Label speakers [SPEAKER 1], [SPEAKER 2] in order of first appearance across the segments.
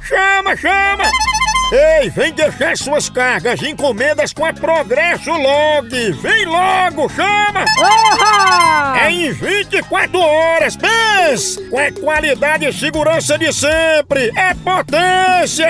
[SPEAKER 1] chama, chama! Ei, vem deixar suas cargas e encomendas com a Progresso Log! Vem logo, chama! É em 24 horas, pens! Com a qualidade e segurança de sempre! É potência!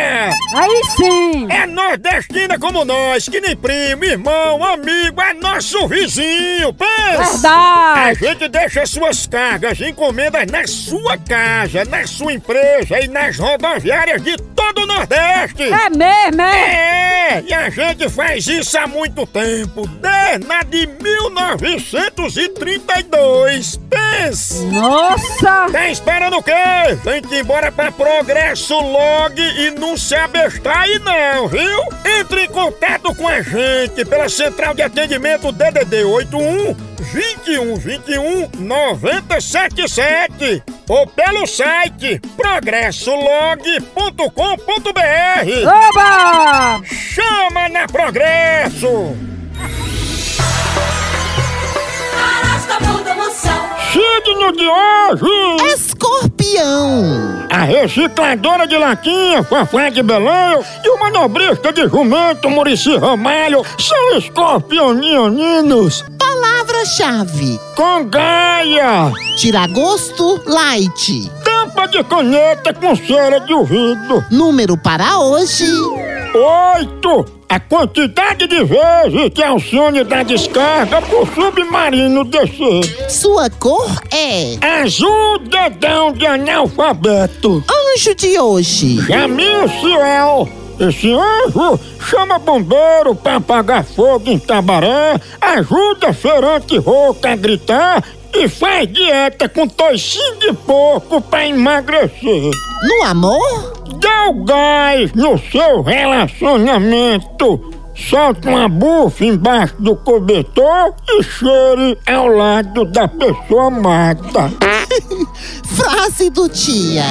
[SPEAKER 2] Aí sim!
[SPEAKER 1] É nordestina como nós, que nem primo, irmão, amigo, é nosso vizinho, pens! A
[SPEAKER 2] Verdade!
[SPEAKER 1] gente deixa suas cargas e encomendas na sua casa, na sua empresa e nas rodoviárias de todo o Nordeste!
[SPEAKER 2] É mesmo, é?
[SPEAKER 1] É, e a gente faz isso há muito tempo, desde lá de 1932. Pense!
[SPEAKER 2] Nossa!
[SPEAKER 1] Tá esperando o quê? Tem que ir embora pra Progresso Log e não se abestar aí não, viu? Entre em contato com a gente pela central de atendimento DDD 81 21 21 977 ou pelo site progressolog.com.br.
[SPEAKER 2] Oba!
[SPEAKER 1] Chama na Progresso!
[SPEAKER 3] Arrasta a bunda no chão.
[SPEAKER 1] Signo de hoje!
[SPEAKER 4] Escorpião.
[SPEAKER 1] A recicladora de latinha, Fafá de Belém, e o manobrista de jumento, Murici Ramalho, são escorpionianinos!
[SPEAKER 4] Palavra-chave:
[SPEAKER 1] Com gaia!
[SPEAKER 4] tirar gosto light.
[SPEAKER 1] Tampa de caneta com cera de ouvido!
[SPEAKER 4] Número para hoje:
[SPEAKER 1] Oito! A quantidade de vezes que a Alcione dá descarga pro submarino descer!
[SPEAKER 4] sua cor é
[SPEAKER 1] Azul dedão de analfabeto!
[SPEAKER 4] anjo de hoje.
[SPEAKER 1] Jamil Ciel, esse anjo chama bombeiro pra apagar fogo em Tabaré, ajuda feirante rouca a gritar e faz dieta com toicinho de porco pra emagrecer.
[SPEAKER 4] No amor,
[SPEAKER 1] Dá o gás no seu relacionamento. Solta uma bufa embaixo do cobertor e cheire ao lado da pessoa amada.
[SPEAKER 4] frase do dia.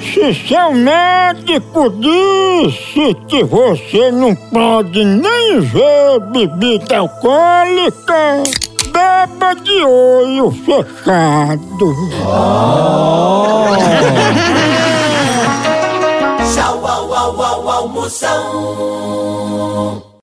[SPEAKER 1] Se seu médico disse que você não pode nem ver bebida alcoólica, beba de olho fechado.
[SPEAKER 3] Tchau, au, au, au, almoção.